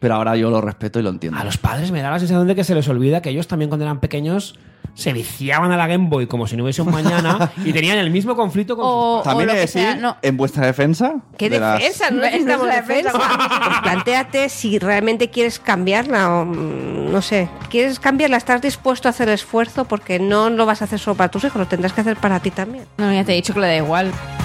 [SPEAKER 2] Pero ahora yo lo respeto y lo entiendo.
[SPEAKER 3] A los padres me da la sensación de que se les olvida que ellos también cuando eran pequeños se viciaban a la Game Boy como si no hubiese un mañana y tenían el mismo conflicto con sus-
[SPEAKER 2] También he de decir, en vuestra defensa...
[SPEAKER 5] ¿Qué
[SPEAKER 2] de las-
[SPEAKER 5] defensa? No necesitamos
[SPEAKER 11] No es la
[SPEAKER 5] defensa. Pues plantéate si realmente quieres cambiarla o mm, no sé. ¿Quieres cambiarla? ¿Estás dispuesto a hacer esfuerzo? Porque no lo vas a hacer solo para tus hijos, lo tendrás que hacer para ti también.
[SPEAKER 6] No, ya te he dicho que le da igual.